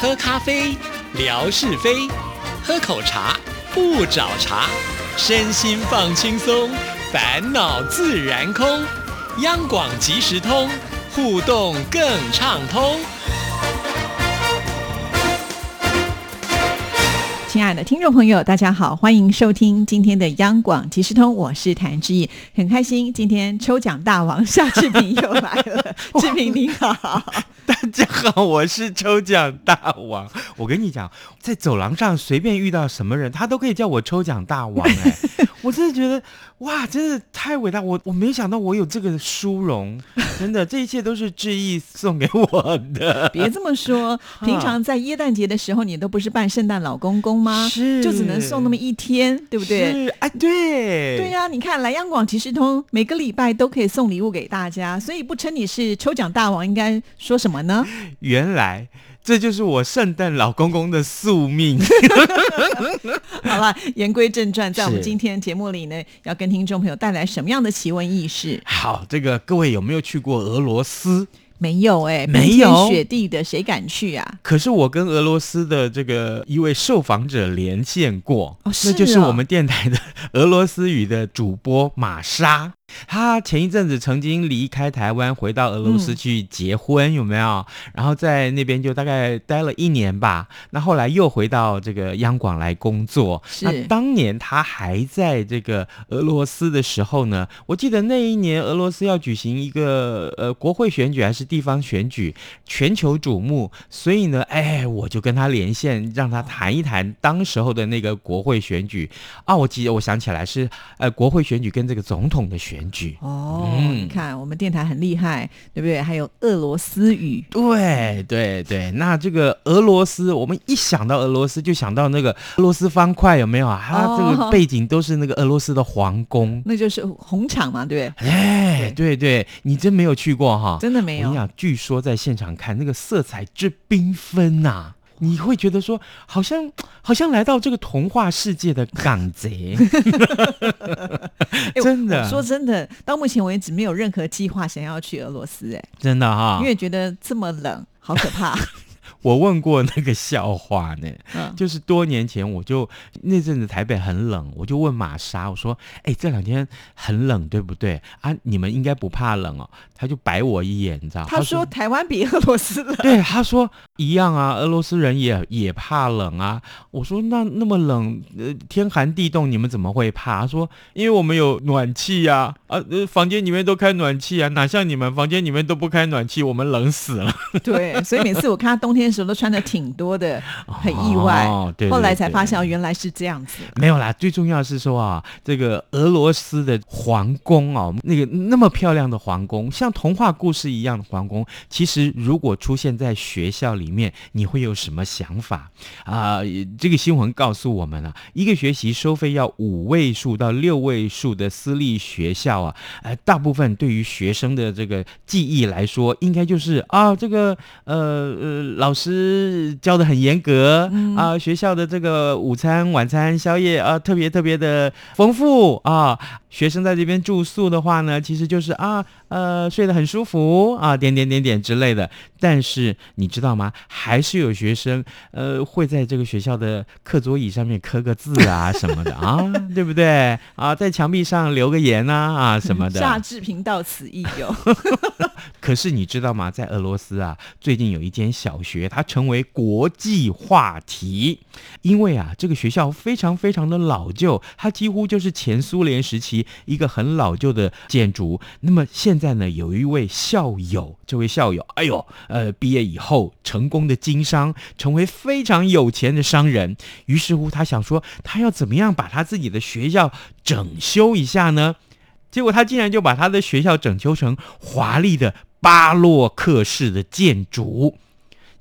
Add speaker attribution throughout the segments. Speaker 1: 喝咖啡，聊是非；喝口茶，不找茬。身心放轻松，烦恼自然空。央广即时通，互动更畅通。
Speaker 2: 亲爱的听众朋友，大家好，欢迎收听今天的央广即时通，我是谭志毅，很开心今天抽奖大王夏志平又来 了， 志平您好，
Speaker 3: 大家好，我是抽奖大王。 我跟你讲，在走廊上随便遇到什么人，他都可以叫我抽奖大 王、哎，我真的觉得哇，真的太伟大！我我没想到我有这个殊荣，真的，这一切都是志毅送给我的。
Speaker 2: 别这么 说，平常在耶诞节的时候，你都不是扮圣诞老公公吗？
Speaker 3: 是
Speaker 2: 就只能送那么一天，对不对？
Speaker 3: 是哎，对，
Speaker 2: 对、呀、你看来央广即时通每个礼拜都可以送礼物给大家，所以不称你是抽奖大王，应该说什么 呢？
Speaker 3: 原来这就是我圣诞老公公的宿命。
Speaker 2: 好了，言归正传，在我们
Speaker 3: 是
Speaker 2: 今天节目里呢，要跟听众朋友带来什么样的奇闻异事？
Speaker 3: 好，这个各位有没有去过俄罗斯？
Speaker 2: 没有哎、
Speaker 3: 没
Speaker 2: 冰天
Speaker 3: 有
Speaker 2: 雪地的，谁敢去啊？
Speaker 3: 可是我跟俄罗斯的这个一位受访者连线过，
Speaker 2: 哦是
Speaker 3: 那就是
Speaker 2: 哦
Speaker 3: 我们电台的俄罗斯语的主播玛莎。她前一阵子曾经离开台湾，回到俄罗斯
Speaker 2: 嗯
Speaker 3: 去结婚，有没有？然后在那边就大概待了一年吧。那后来又回到这个央广来工作。
Speaker 2: 是
Speaker 3: 那当年她还在这个俄罗斯的时候呢，我记得那一年俄罗斯要举行一个呃国会选举还是地方选举，全球瞩目，所以呢，哎，我就跟他连线，让他谈一谈当时候的那个国会选举啊。我记得我想起来是呃国会选举跟这个总统的选举。
Speaker 2: 哦，
Speaker 3: 嗯
Speaker 2: 你看我们电台很厉害，对不对？还有俄罗斯语，
Speaker 3: 对对对，那这个俄罗斯，我们一想到俄罗斯就想到那个俄罗斯方块有没有啊？它这
Speaker 2: 哦
Speaker 3: 个背景都是那个俄罗斯的皇宫。
Speaker 2: 那就是红场嘛，对不对？
Speaker 3: 哎，对对，你真没有去过哈？
Speaker 2: 真的没
Speaker 3: 我跟
Speaker 2: 有
Speaker 3: 你，讲，据说在现场看那个色彩之缤纷呐、你会觉得说，好像好像来到这个童话世界的 港贼，
Speaker 2: 哎我
Speaker 3: 真的
Speaker 2: 我说真的，到目前为止没有任何计划想要去俄罗斯、哎、
Speaker 3: 真的哈、
Speaker 2: 因为觉得这么冷，好可 怕。
Speaker 3: 我问过那个笑话呢，
Speaker 2: 嗯，
Speaker 3: 就是多年前我就那阵子台北很冷，我就问玛莎，我说，哎，这两天很冷对不对啊？你们应该不怕冷哦。他就白我一眼，你知道？
Speaker 2: 他说台湾比俄罗斯 冷，
Speaker 3: 对，他说一样啊，俄罗斯人也也怕冷啊。我说那那么冷，呃，天寒地冻，你们怎么会怕？他说因为我们有暖气呀、啊，呃，房间里面都开暖气啊，哪像你们房间里面都不开暖气，我们冷死了。
Speaker 2: 对，所以每次我看他冬天的时候都穿的挺多的，很意外。
Speaker 3: 哦对对
Speaker 2: 后来才发
Speaker 3: 对
Speaker 2: 现哦原来是这样子。
Speaker 3: 没有啦，最重要的是说啊，这个俄罗斯的皇宫哦，那个那么漂亮的皇宫，像童话故事一样的皇宫，其实如果出现在学校里面，你会有什么想法啊、也这个新闻告诉我们啊，一个学期收费要五位数到六位数的私立学校啊，呃，大部分对于学生的这个记忆来说，应该就是啊，这个呃呃，老师教的很严格、啊，学校的这个午餐、晚餐、宵夜啊，特别特别的丰富啊。学生在这边住宿的话呢，其实就是啊呃，睡得很舒服啊，点点点点之类的。但是你知道吗？还是有学生呃会在这个学校的课桌椅上面刻个字啊什么的啊，对不对啊？在墙壁上留个言啊啊什么 的。
Speaker 2: 夏志平到此一游，
Speaker 3: 可是你知道吗？在俄罗斯啊，最近有一间小学，它成为国际话题，因为啊，这个学校非常非常的老旧，它几乎就是前苏联时期一个很老旧的建筑。那么现在呢，有一位校友，这位校友，哎呦，呃，毕业以后成功的经商，成为非常有钱的商人。于是乎，他想说，他要怎么样把他自己的学校整修一下呢？结果他竟然就把他的学校整修成华丽的巴洛克式的建筑，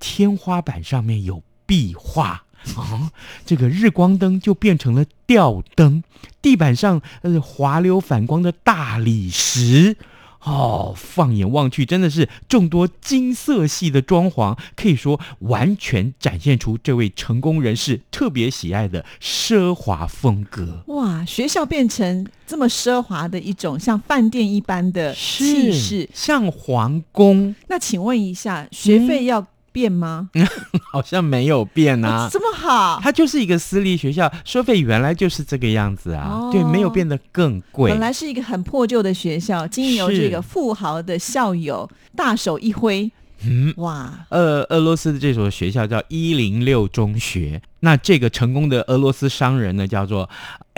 Speaker 3: 天花板上面有壁画啊，这个日光灯就变成了吊灯，地板上呃滑溜反光的大理石。哦，放眼望去，真的是众多金色系的装潢，可以说完全展现出这位成功人士特别喜爱的奢华风格。
Speaker 2: 哇！学校变成这么奢华的一种像饭店一般的气势。
Speaker 3: 像皇宫，
Speaker 2: 那请问一下，学费要变吗？
Speaker 3: 嗯好像没有变啊
Speaker 2: 哦。这么好，
Speaker 3: 它就是一个私立学校，收费原来就是这个样子啊，
Speaker 2: 哦
Speaker 3: 对，没有变得更贵
Speaker 2: 本。来是一个很破旧的学校，经由
Speaker 3: 是
Speaker 2: 这个富豪的校友大手一挥，
Speaker 3: 嗯，
Speaker 2: 哇，
Speaker 3: 呃，俄罗斯的这所学校叫一零六中学。那这个成功的俄罗斯商人呢，叫做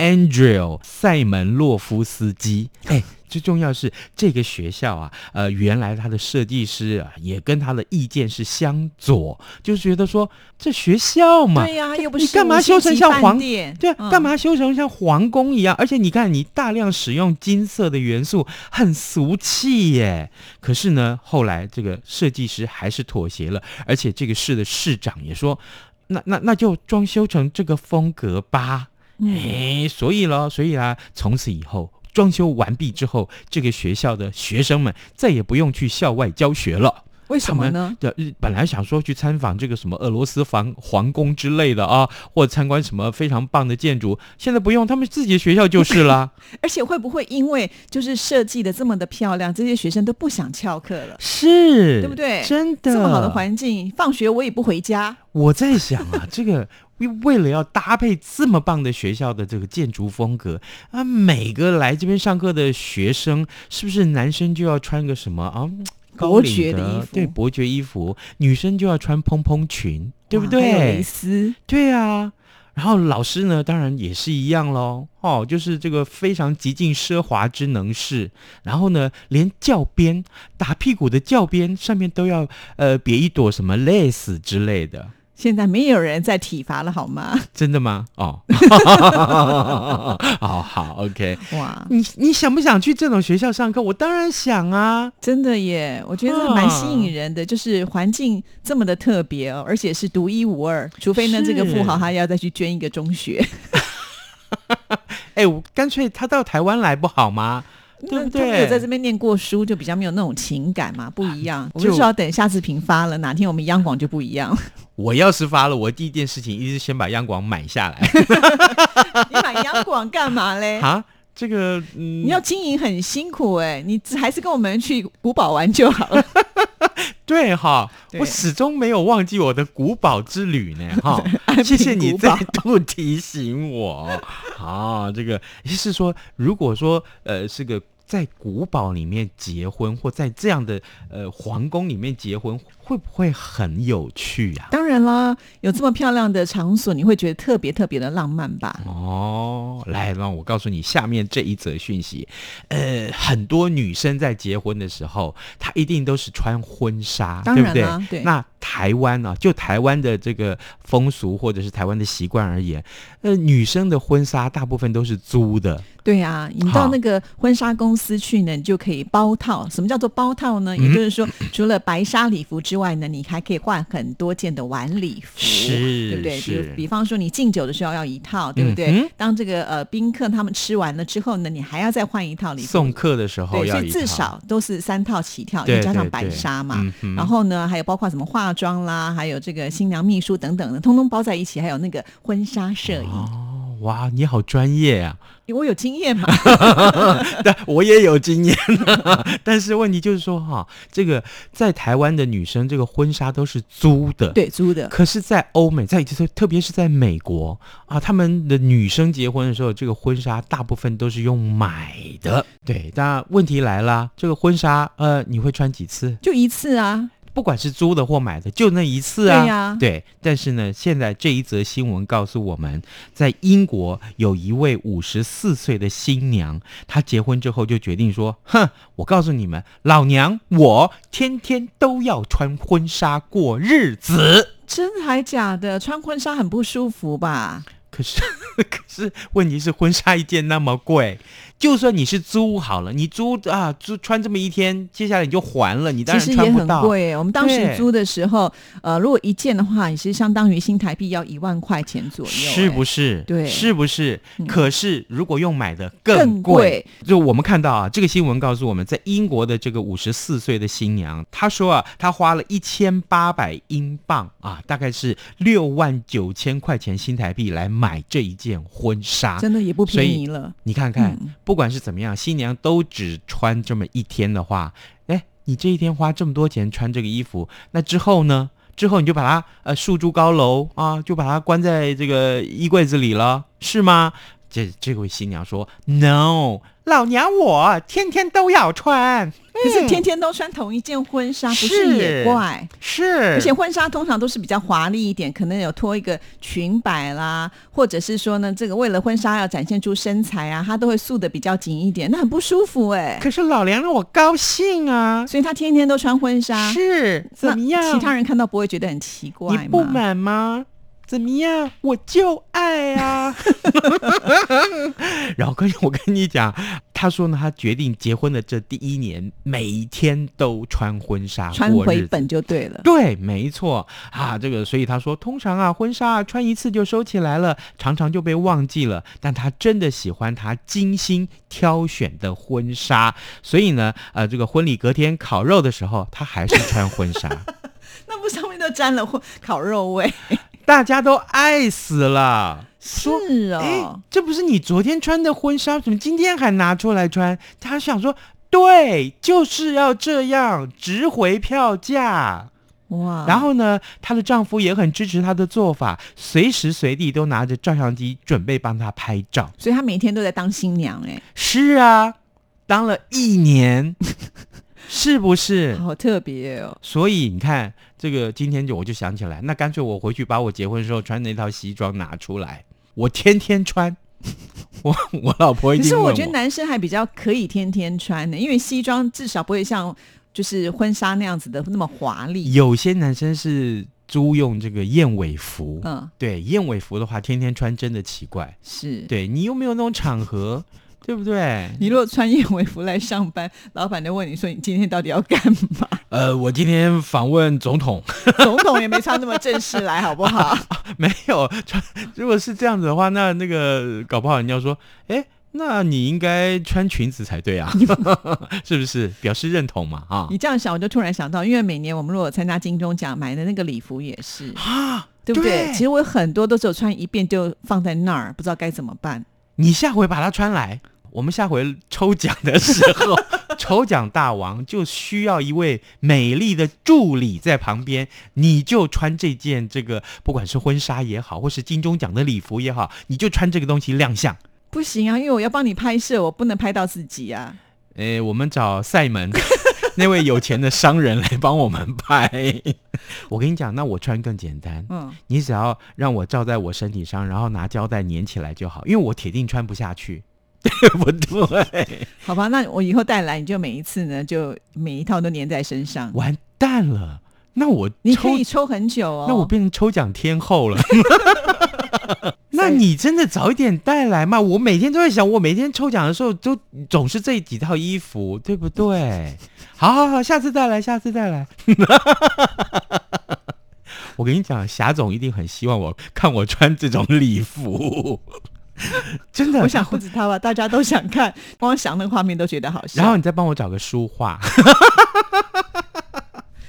Speaker 3: Andrew 塞门洛夫斯 基。哎，最重要是这个学校啊，呃，原来他的设计师啊，也跟他的意见是相左，就觉得说这学校嘛，
Speaker 2: 对呀、又不是
Speaker 3: 你干嘛修成像皇
Speaker 2: 五星级饭店
Speaker 3: 对啊，
Speaker 2: 嗯
Speaker 3: 干嘛修成像皇宫一样？而且你看，你大量使用金色的元素，很俗气耶。可是呢，后来这个设计师还是妥协了，而且这个市的市长也说，那那那就装修成这个风格吧。
Speaker 2: 嗯，
Speaker 3: 哎，所以咯，所以啊，从此以后。装修完毕之后，这个学校的学生们再也不用去校外教学了。
Speaker 2: 为什么呢？
Speaker 3: 对，日本来想说去参访这个什么俄罗斯皇皇宫之类的啊，或参观什么非常棒的建筑，现在不用，他们自己的学校就是啦。
Speaker 2: 而且会不会因为就是设计的这么的漂亮，这些学生都不想翘课了？
Speaker 3: 是，
Speaker 2: 对不对
Speaker 3: 真的，
Speaker 2: 这么好的环境，放学我也不回家，
Speaker 3: 我在想啊，这个为为了要搭配这么棒的学校的这个建筑风格啊，每个来这边上课的学生，是不是男生就要穿个什么啊？高
Speaker 2: 伯爵
Speaker 3: 领
Speaker 2: 的衣服
Speaker 3: 对伯爵衣服，女生就要穿蓬蓬裙，对不
Speaker 2: 哇
Speaker 3: 对？
Speaker 2: 还有蕾丝，
Speaker 3: 对啊，然后老师呢，当然也是一样喽。哦，就是这个非常极尽奢华之能事，然后呢，连教鞭打屁股的教鞭上面都要呃别一朵什么 lace 之类的，
Speaker 2: 现在没有人在体罚了，好 吗？
Speaker 3: 真的吗？哦， 好好，OK。
Speaker 2: 哇，
Speaker 3: 你你想不想去这种学校上课？我当然想啊。
Speaker 2: 真的耶，我觉得蛮吸引人的，就是环境这么的特别哦，而且是独一无二，除非呢这
Speaker 3: 是
Speaker 2: 个富豪他要再去捐一个中学，
Speaker 3: 哎，我干脆他到台湾来不好吗？对不
Speaker 2: 那嗯他没有在这
Speaker 3: 对？
Speaker 2: 边念过书，就比较没有那种情感嘛，不一样。我们
Speaker 3: 就
Speaker 2: 就是要等下次评发了，哪天我们央广就不一 样。
Speaker 3: 我要是发了，我第一件事情一定是先把央广买 下来。
Speaker 2: 你买央广干嘛嘞？
Speaker 3: 啊，这个嗯，
Speaker 2: 你要经营很辛苦哎、你只还是跟我们去古堡玩就好 了。
Speaker 3: 对哈，
Speaker 2: 对
Speaker 3: 我始终没有忘记我的古堡之旅呢哈
Speaker 2: 安，平
Speaker 3: 谢谢你
Speaker 2: 古堡
Speaker 3: 再 度提醒我。 啊，这个是说，如果说呃是个。在古堡里面结婚，或在这样的呃皇宫里面结婚，会不会很有趣啊呀、
Speaker 2: 当然啦，有这么漂亮的场所，你会觉得特别特别的浪漫吧？
Speaker 3: 哦，来，让我告诉你下面这一则讯息。呃，很多女生在结婚的时候，她一定都是穿婚纱，
Speaker 2: 当
Speaker 3: 对不
Speaker 2: 然
Speaker 3: 对
Speaker 2: 啦？对
Speaker 3: 那台湾呢、就台湾的这个风俗或者是台湾的习惯而言，呃，女生的婚纱大部分都是租的，
Speaker 2: 对啊，你
Speaker 3: 好
Speaker 2: 到那个婚纱公司去呢，你就可以包套。什么叫做包套
Speaker 3: 嗯
Speaker 2: 呢？也就是说，除了白纱礼服之外呢，你还可以换很多件的晚礼服，
Speaker 3: 是
Speaker 2: 对不对？比
Speaker 3: 是
Speaker 2: 如，比方说你敬酒的时候要一套，对不对？
Speaker 3: 嗯哼
Speaker 2: 当这个呃宾客他们吃完了之后呢，你还要再换一套礼服。
Speaker 3: 送客的时候
Speaker 2: 对，
Speaker 3: 要
Speaker 2: 所
Speaker 3: 一
Speaker 2: 以至
Speaker 3: 套
Speaker 2: 少都是三套起跳，
Speaker 3: 对
Speaker 2: 又加上
Speaker 3: 对
Speaker 2: 白
Speaker 3: 对
Speaker 2: 纱嘛。
Speaker 3: 嗯哼
Speaker 2: 然后呢，还有包括什么化妆啦，还有这个新娘秘书等等的，通通包在一起。还有那个婚纱摄影，
Speaker 3: 哦，哇，你好专业啊！
Speaker 2: 我有经验嘛？
Speaker 3: 但我也有经验、啊 但是问题就是说哈、这个在台湾的女生这个婚纱都是租的，
Speaker 2: 对，租的。
Speaker 3: 可是，在欧美，在就是特别是在美国啊，他们的女生结婚的时候，这个婚纱大部分都是用买的。对，但问题来了，这个婚纱，呃，你会穿几次？
Speaker 2: 就一次啊，
Speaker 3: 不管是租的或买的，就那一次啊。
Speaker 2: 对呀
Speaker 3: 对但是呢，现在这一则新闻告诉我们，在英国有一位五十四岁的新娘，她结婚之后就决定说：“哼，我告诉你们，老娘我天天都要穿婚纱过日子。”
Speaker 2: 真的还假的？穿婚纱很不舒服吧？
Speaker 3: 可是， 可是问题是婚纱一件那么贵，就算你是租好了，你租啊租穿这么一天，接下来你就还了，你当
Speaker 2: 其
Speaker 3: 然
Speaker 2: 实也
Speaker 3: 穿不
Speaker 2: 很
Speaker 3: 到。
Speaker 2: 贵耶。我们当时
Speaker 3: 对
Speaker 2: 租的时候，呃，如果一件的话，也是相当于新台币要一万块钱左右哎耶，
Speaker 3: 是不是？
Speaker 2: 对
Speaker 3: 是不是？
Speaker 2: 嗯
Speaker 3: 可是如果用买的
Speaker 2: 更
Speaker 3: 更
Speaker 2: 贵
Speaker 3: 贵，就我们看到啊，这个新闻告诉我们，在英国的这个五十四岁的新娘，她说啊，她花了一千八百英镑啊，大概是六万九千块钱新台币来买这一件婚纱，
Speaker 2: 真的也不
Speaker 3: 啊所
Speaker 2: 便
Speaker 3: 以
Speaker 2: 宜了。
Speaker 3: 你看看，
Speaker 2: 嗯
Speaker 3: 不管是怎么样，新娘都只穿这么一天的话，哎，你这一天花这么多钱穿这个衣服，那之后呢？之后你就把它呃束诸高楼啊，就把它关在这个衣柜子里了，是吗？这这位新娘说：“No，老娘我天天都要穿，
Speaker 2: 可是天天都穿同一件婚纱，不是也
Speaker 3: 哎是
Speaker 2: 怪？
Speaker 3: 是
Speaker 2: 而且婚纱通常都是比较华丽一点，可能有拖一个裙摆啦，或者是说呢，这个为了婚纱要展现出身材啊，它都会束的比较紧一点，那很不舒服哎、
Speaker 3: 可是老娘让我高兴啊，
Speaker 2: 所以她天天都穿婚纱，
Speaker 3: 是
Speaker 2: 啊那
Speaker 3: 怎么样？
Speaker 2: 其他人看到不会觉得很奇怪吗？
Speaker 3: 你不满吗？怎么样？我就爱啊！ 然后跟我跟你讲，他说呢，他决定结婚的这第一年，每一天都穿婚纱
Speaker 2: 穿
Speaker 3: 过
Speaker 2: 回
Speaker 3: 日子
Speaker 2: 本就对了。
Speaker 3: 对，没错啊，这个所以他说，通常啊，婚纱啊穿一次就收起来了，常常就被忘记了。但他真的喜欢他精心挑选的婚纱，所以呢，呃，这个婚礼隔天烤肉的时候，他还是穿婚纱，
Speaker 2: 那不上面都沾了烤肉味，
Speaker 3: 大家都爱死了。说
Speaker 2: 是
Speaker 3: 哎
Speaker 2: 哦，，
Speaker 3: 这不是你昨天穿的婚纱，怎么今天还拿出来穿？他想说，对，就是要这样，值回票价。
Speaker 2: 哇！
Speaker 3: 然后呢，她的丈夫也很支持她的做法，随时随地都拿着照相机准备帮她拍照。
Speaker 2: 所以她每天都在当新娘哎、
Speaker 3: 是啊，当了一年，是不是？
Speaker 2: 好特别哦。
Speaker 3: 所以你看，这个今天就我就想起来，那干脆我回去把我结婚的时候穿那套西装拿出来，我天天穿。 我我老婆一
Speaker 2: 可
Speaker 3: 定
Speaker 2: 是
Speaker 3: 问
Speaker 2: 我
Speaker 3: 我
Speaker 2: 觉得男生还比较可以天天穿的，因为西装至少不会像就是婚纱那样子的那么华丽。
Speaker 3: 有些男生是租用这个燕尾服，
Speaker 2: 嗯，
Speaker 3: 对燕尾服的话，天天穿真的奇怪。
Speaker 2: 是。
Speaker 3: 对你又没有那种场合，对不对？
Speaker 2: 你如果穿燕尾服来上班，老板就问你说你今天到底要干嘛？
Speaker 3: 呃，我今天访问总统，
Speaker 2: 总统也没穿那么正式来，好不好？
Speaker 3: 没有穿。如果是这样子的话，那那个搞不好人家说，哎，那你应该穿裙子才 对啊， 是不是？表示认同嘛，啊
Speaker 2: 你这样想，我就突然想到，因为每年我们如果参加金钟奖买的那个礼服也是，
Speaker 3: 啊，
Speaker 2: 对不对？
Speaker 3: 对
Speaker 2: 其实我很多都只有穿一遍就放在那儿，不知道该怎么办。
Speaker 3: 你下回把它穿来。我们下回抽奖的时候， 抽奖大王就需要一位美丽的助理在旁边，你就穿这件这个，不管是婚纱也好，或是金钟奖的礼服也好，你就穿这个东西亮相。
Speaker 2: 不行啊，因为我要帮你拍摄，我不能拍到自己啊。
Speaker 3: 诶，我们找塞门 那位有钱的商人来帮我们拍。 我跟你讲，那我穿更简单，
Speaker 2: 嗯，
Speaker 3: 你只要让我罩在我身体上，然后拿胶带粘起来就好，因为我铁定穿不下去， 对不对？
Speaker 2: 好吧，那我以后带来，你就每一次呢，就每一套都粘在身上。
Speaker 3: 完蛋了，那我
Speaker 2: 你可
Speaker 3: 抽
Speaker 2: 以，抽很久哦。
Speaker 3: 那我变成抽奖天后 了。那
Speaker 2: 所以
Speaker 3: 你真的早一点带来嘛？我每天都在想，我每天抽奖的时候都总是这几套衣服，对不 对？好好好，下次再来，下次再来。 我跟你讲，霞总一定很希望我看我穿这种礼服， 真的。
Speaker 2: 我想不止他吧，大家都想看，光想那个画面都觉得好笑。
Speaker 3: 然后你再帮我找个书画，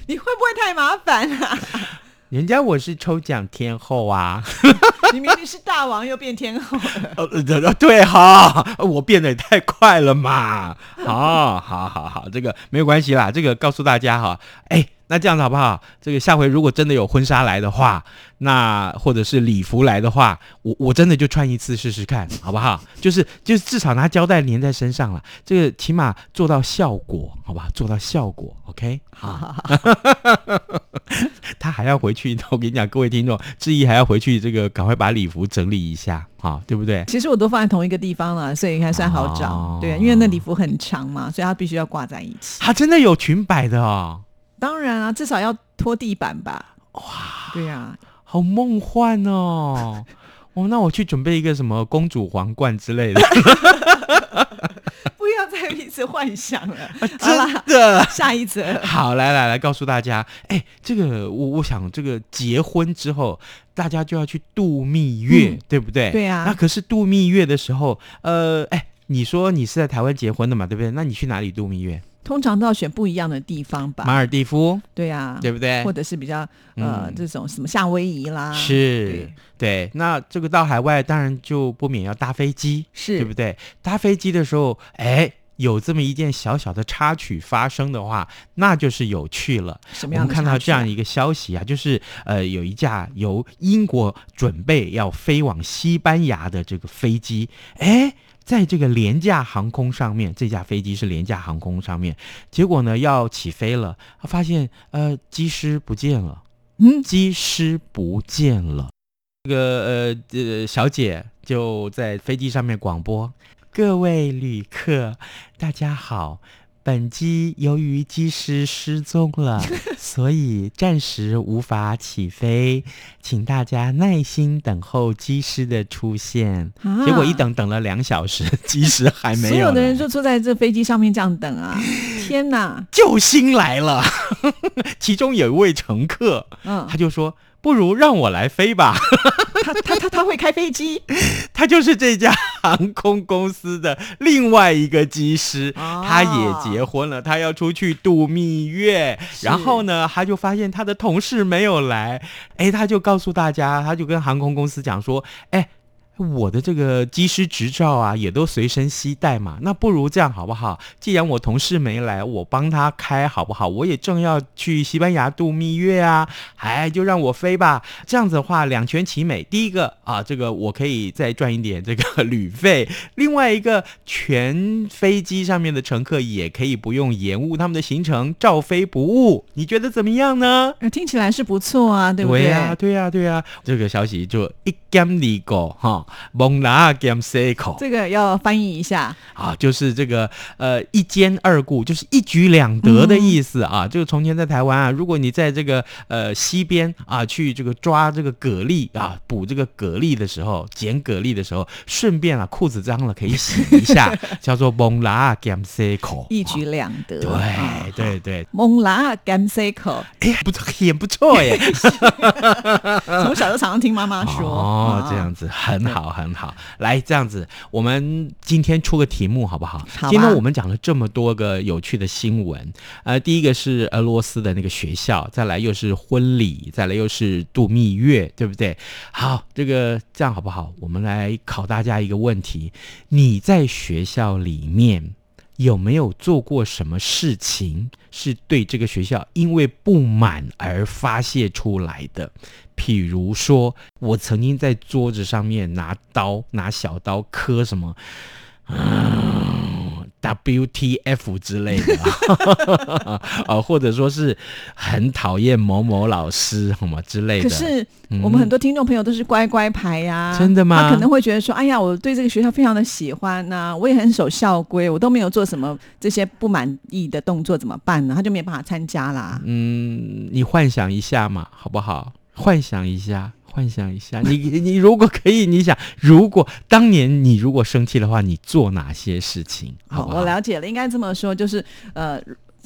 Speaker 2: 你会不会太麻烦啊？
Speaker 3: 人家我是抽奖天后啊。
Speaker 2: 你明明是大王，又变天后了。
Speaker 3: 呃，呃对哈，呃我变得也太快了嘛！好，好，好，好，这个没有关系啦。这个告诉大家哈，哎，那这样子好不好？这个下回如果真的有婚纱来的话，那或者是礼服来的话，我我真的就穿一次试试看，好不好？ 就是就是至少拿胶带粘在身上了，这个起码做到效果，好吧？做到效果，OK？
Speaker 2: 好好好，
Speaker 3: 他还要回去，我跟你讲，各位听众，志毅还要回去，这个赶快把礼服整理一下，好，对不对？
Speaker 2: 其实我都放在同一个地方了，所以还算好找。
Speaker 3: 哦
Speaker 2: 对，因为那礼服很长嘛，所以它必须要挂在一起。
Speaker 3: 他真的有裙摆的哦。
Speaker 2: 当然啊，至少要拖地板吧。哇，对啊呀、
Speaker 3: 好梦幻哦！ 哦，那我去准备一个什么公主皇冠之类的，
Speaker 2: 不要再彼此幻想 了。好
Speaker 3: 真
Speaker 2: 啦，
Speaker 3: 的。
Speaker 2: 下一则。
Speaker 3: 好，来来来，告诉大家，哎，这个我我想，这个结婚之后，大家就要去度蜜月，
Speaker 2: 嗯
Speaker 3: 对不对？
Speaker 2: 对啊
Speaker 3: 哎那可是度蜜月的时候，呃，哎，你说你是在台湾结婚的嘛，对不对？那你去哪里度蜜月？
Speaker 2: 通常都要选不一样的地方
Speaker 3: 马
Speaker 2: 吧？
Speaker 3: 尔蒂夫，
Speaker 2: 对呀、
Speaker 3: 对不对
Speaker 2: 或？者是比较呃、
Speaker 3: 嗯
Speaker 2: 这种什么夏威夷啦，
Speaker 3: 是，对。那这个到海外，当然就不免要搭飞机，
Speaker 2: 是
Speaker 3: 对不对？搭飞机的时候，哎，有这么一件小小的插曲发生的话，那就是有趣了。
Speaker 2: 什
Speaker 3: 我
Speaker 2: 么样的
Speaker 3: 们看到
Speaker 2: 差距
Speaker 3: 这样
Speaker 2: 啊
Speaker 3: 一个消息啊，就是呃，有一架由英国准备要飞往西班牙的这个飞机，哎。在这个廉价航空上面，这架飞机是廉价航空上面，结果呢要起飞了，他发现呃机师不见了，
Speaker 2: 嗯，
Speaker 3: 机师不见了。这个呃呃小姐就在飞机上面广播：“各位旅客，大家好。”本机由于机师失踪 了，所以暂时无法起飞，请大家耐心等候机师的出现。
Speaker 2: 啊
Speaker 3: 结果一等等了两小时，机师还没
Speaker 2: 所有的
Speaker 3: 来
Speaker 2: 人就坐在这飞机上面这样等 啊！天哪，
Speaker 3: 救星来了， 其中有一位乘客，
Speaker 2: 嗯
Speaker 3: 他，就说：“不如让我来飞吧。”
Speaker 2: 他他他他会开飞机，
Speaker 3: 他就是这家航空公司的另外一个机师，
Speaker 2: 哦
Speaker 3: 他也结婚了，他要出去度蜜月。然后呢，他就发现他的同事没有来，哎，他就告诉大家，他就跟航空公司讲说，哎。我的这个机师执照啊，也都随身携带嘛。那不如这样好不好？既然我同事没来，我帮他开好不好？我也正要去西班牙度蜜月啊，哎，就让我飞吧。这样子的话，两全其美。第一个啊，这个我可以再赚一点这个 旅费；另外一个，全飞机上面的乘客也可以不用延误他们的行程，照飞不误。你觉得怎么样呢？
Speaker 2: 呃 听起来是不错啊，对不
Speaker 3: 对
Speaker 2: 对？
Speaker 3: 呀、对呀、对呀、啊这个消息就一干二个哈，蒙拿干三口
Speaker 2: 这个要翻译一下，
Speaker 3: 啊，就是这个呃一兼二顾，就是一举两得
Speaker 2: 嗯
Speaker 3: 的意思啊。就是从前在台湾啊，如果你在这个呃西边啊去这个抓这个蛤蜊啊，捕这个蛤蜊的时候，捡蛤蜊的时候，顺便啊裤子脏了可以洗一下，叫做蒙拿干三口，
Speaker 2: 一举两得。
Speaker 3: 对
Speaker 2: 啊
Speaker 3: 对对，
Speaker 2: 蒙拉甘塞口，
Speaker 3: 哎呀，不错，很不错耶。
Speaker 2: 从小就常常听妈妈说。
Speaker 3: 嗯哦
Speaker 2: 啊，
Speaker 3: 这样子很好很好。来，这样子，我们今天出个题目好不好？
Speaker 2: 好啊
Speaker 3: 今天我们讲了这么多个有趣的新闻，呃，第一个是俄罗斯的那个学校，再来又是婚礼，再来又是度蜜月，对不对？好，这个这样好不好？我们来考大家一个问题：你在学校里面。有没有做过什么事情是对这个学校因为不满而发泄出来的？譬如说，我曾经在桌子上面拿刀、拿小刀磕什么。嗯 WTF 之类的， 啊，或者说是很讨厌某某老师什么之类的。嗯
Speaker 2: 可是我们很多听众朋友都是乖乖牌呀、
Speaker 3: 真的吗
Speaker 2: 他可能会觉得说：“哎呀，我对这个学校非常的喜欢呐、我也很守校规，我都没有做什么这些不满意的动作，怎么办呢？”他就没办法参加啦。
Speaker 3: 嗯，你幻想一下嘛，好不好？幻想一下，幻想一下，你你如果可以，你想，如果当年你如果生气的话，你做哪些事情？好啊不
Speaker 2: 哦
Speaker 3: 好？
Speaker 2: 我了解了，应该这么说，就是呃，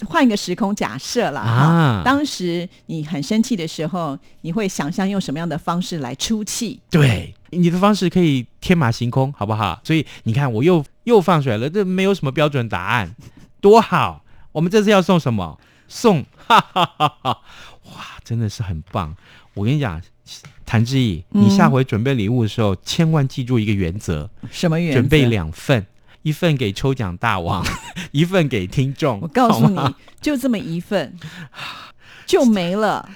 Speaker 2: 换一个时空假设啦。
Speaker 3: 啊
Speaker 2: 哈当时你很生气的时候，你会想象用什么样的方式来出气？
Speaker 3: 对，你的方式可以天马行空，好不好？所以你看，我又又放水了，这没有什么标准答案，多好！我们这次要送什么？送， 哈哈哈哈！哇，真的是很棒！我跟你讲，谭志毅，你下回准备礼物的时候，千万记住一个原则：
Speaker 2: 什么原则？
Speaker 3: 准备两份，一份给抽奖 大王，一份给听众。
Speaker 2: 我告
Speaker 3: 好
Speaker 2: 诉
Speaker 3: 吗
Speaker 2: 你，就这么一 份，就没了。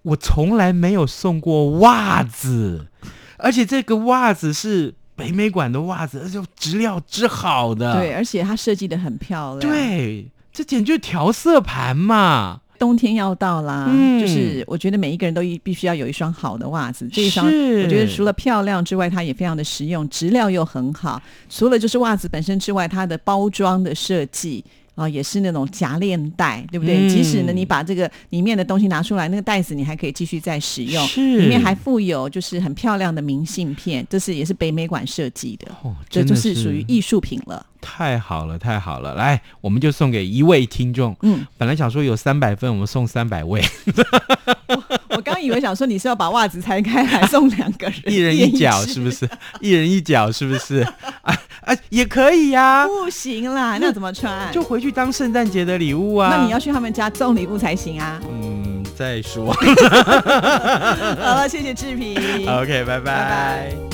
Speaker 3: 我从来没有送过袜子，而且这个袜子是北美馆的袜子，而且质料之好的。
Speaker 2: 对，而且它设计的很漂亮。，
Speaker 3: 啊对这简直就是调色盘嘛。
Speaker 2: 冬天要到啦，
Speaker 3: 嗯
Speaker 2: 就是我觉得每一个人都一必须要有一双好的袜子。这一双
Speaker 3: 是
Speaker 2: 我觉得除了漂亮之外，它也非常的实用，质量又很好。除了就是袜子本身之外，它的包装的设计。啊、也是那种夹链袋，对不对？
Speaker 3: 嗯
Speaker 2: 即使呢，你把这个里面的东西拿出来，那个袋子你还可以继续再使用，
Speaker 3: 是
Speaker 2: 里面还附有就是很漂亮的明信片，这是也是北美馆设计的，
Speaker 3: 哦，
Speaker 2: 这
Speaker 3: 真
Speaker 2: 就
Speaker 3: 的
Speaker 2: 是属于艺术品了。
Speaker 3: 太好了，太好了！来，我们就送给一位听众。
Speaker 2: 嗯，
Speaker 3: 本来想说有三百份，我们送三 百位，
Speaker 2: 我刚以为想说你是要把袜子拆开来送两个人，
Speaker 3: 一人一脚，
Speaker 2: 只
Speaker 3: 是 不是？一人一脚，是不是？啊啊，也可以呀、
Speaker 2: 不行啦，那怎么穿？
Speaker 3: 啊就回去当圣诞节的礼物啊。
Speaker 2: 那你要去他们家送礼物才行啊！
Speaker 3: 嗯，再说。
Speaker 2: 好了，谢谢志平。
Speaker 3: OK，拜拜
Speaker 2: 拜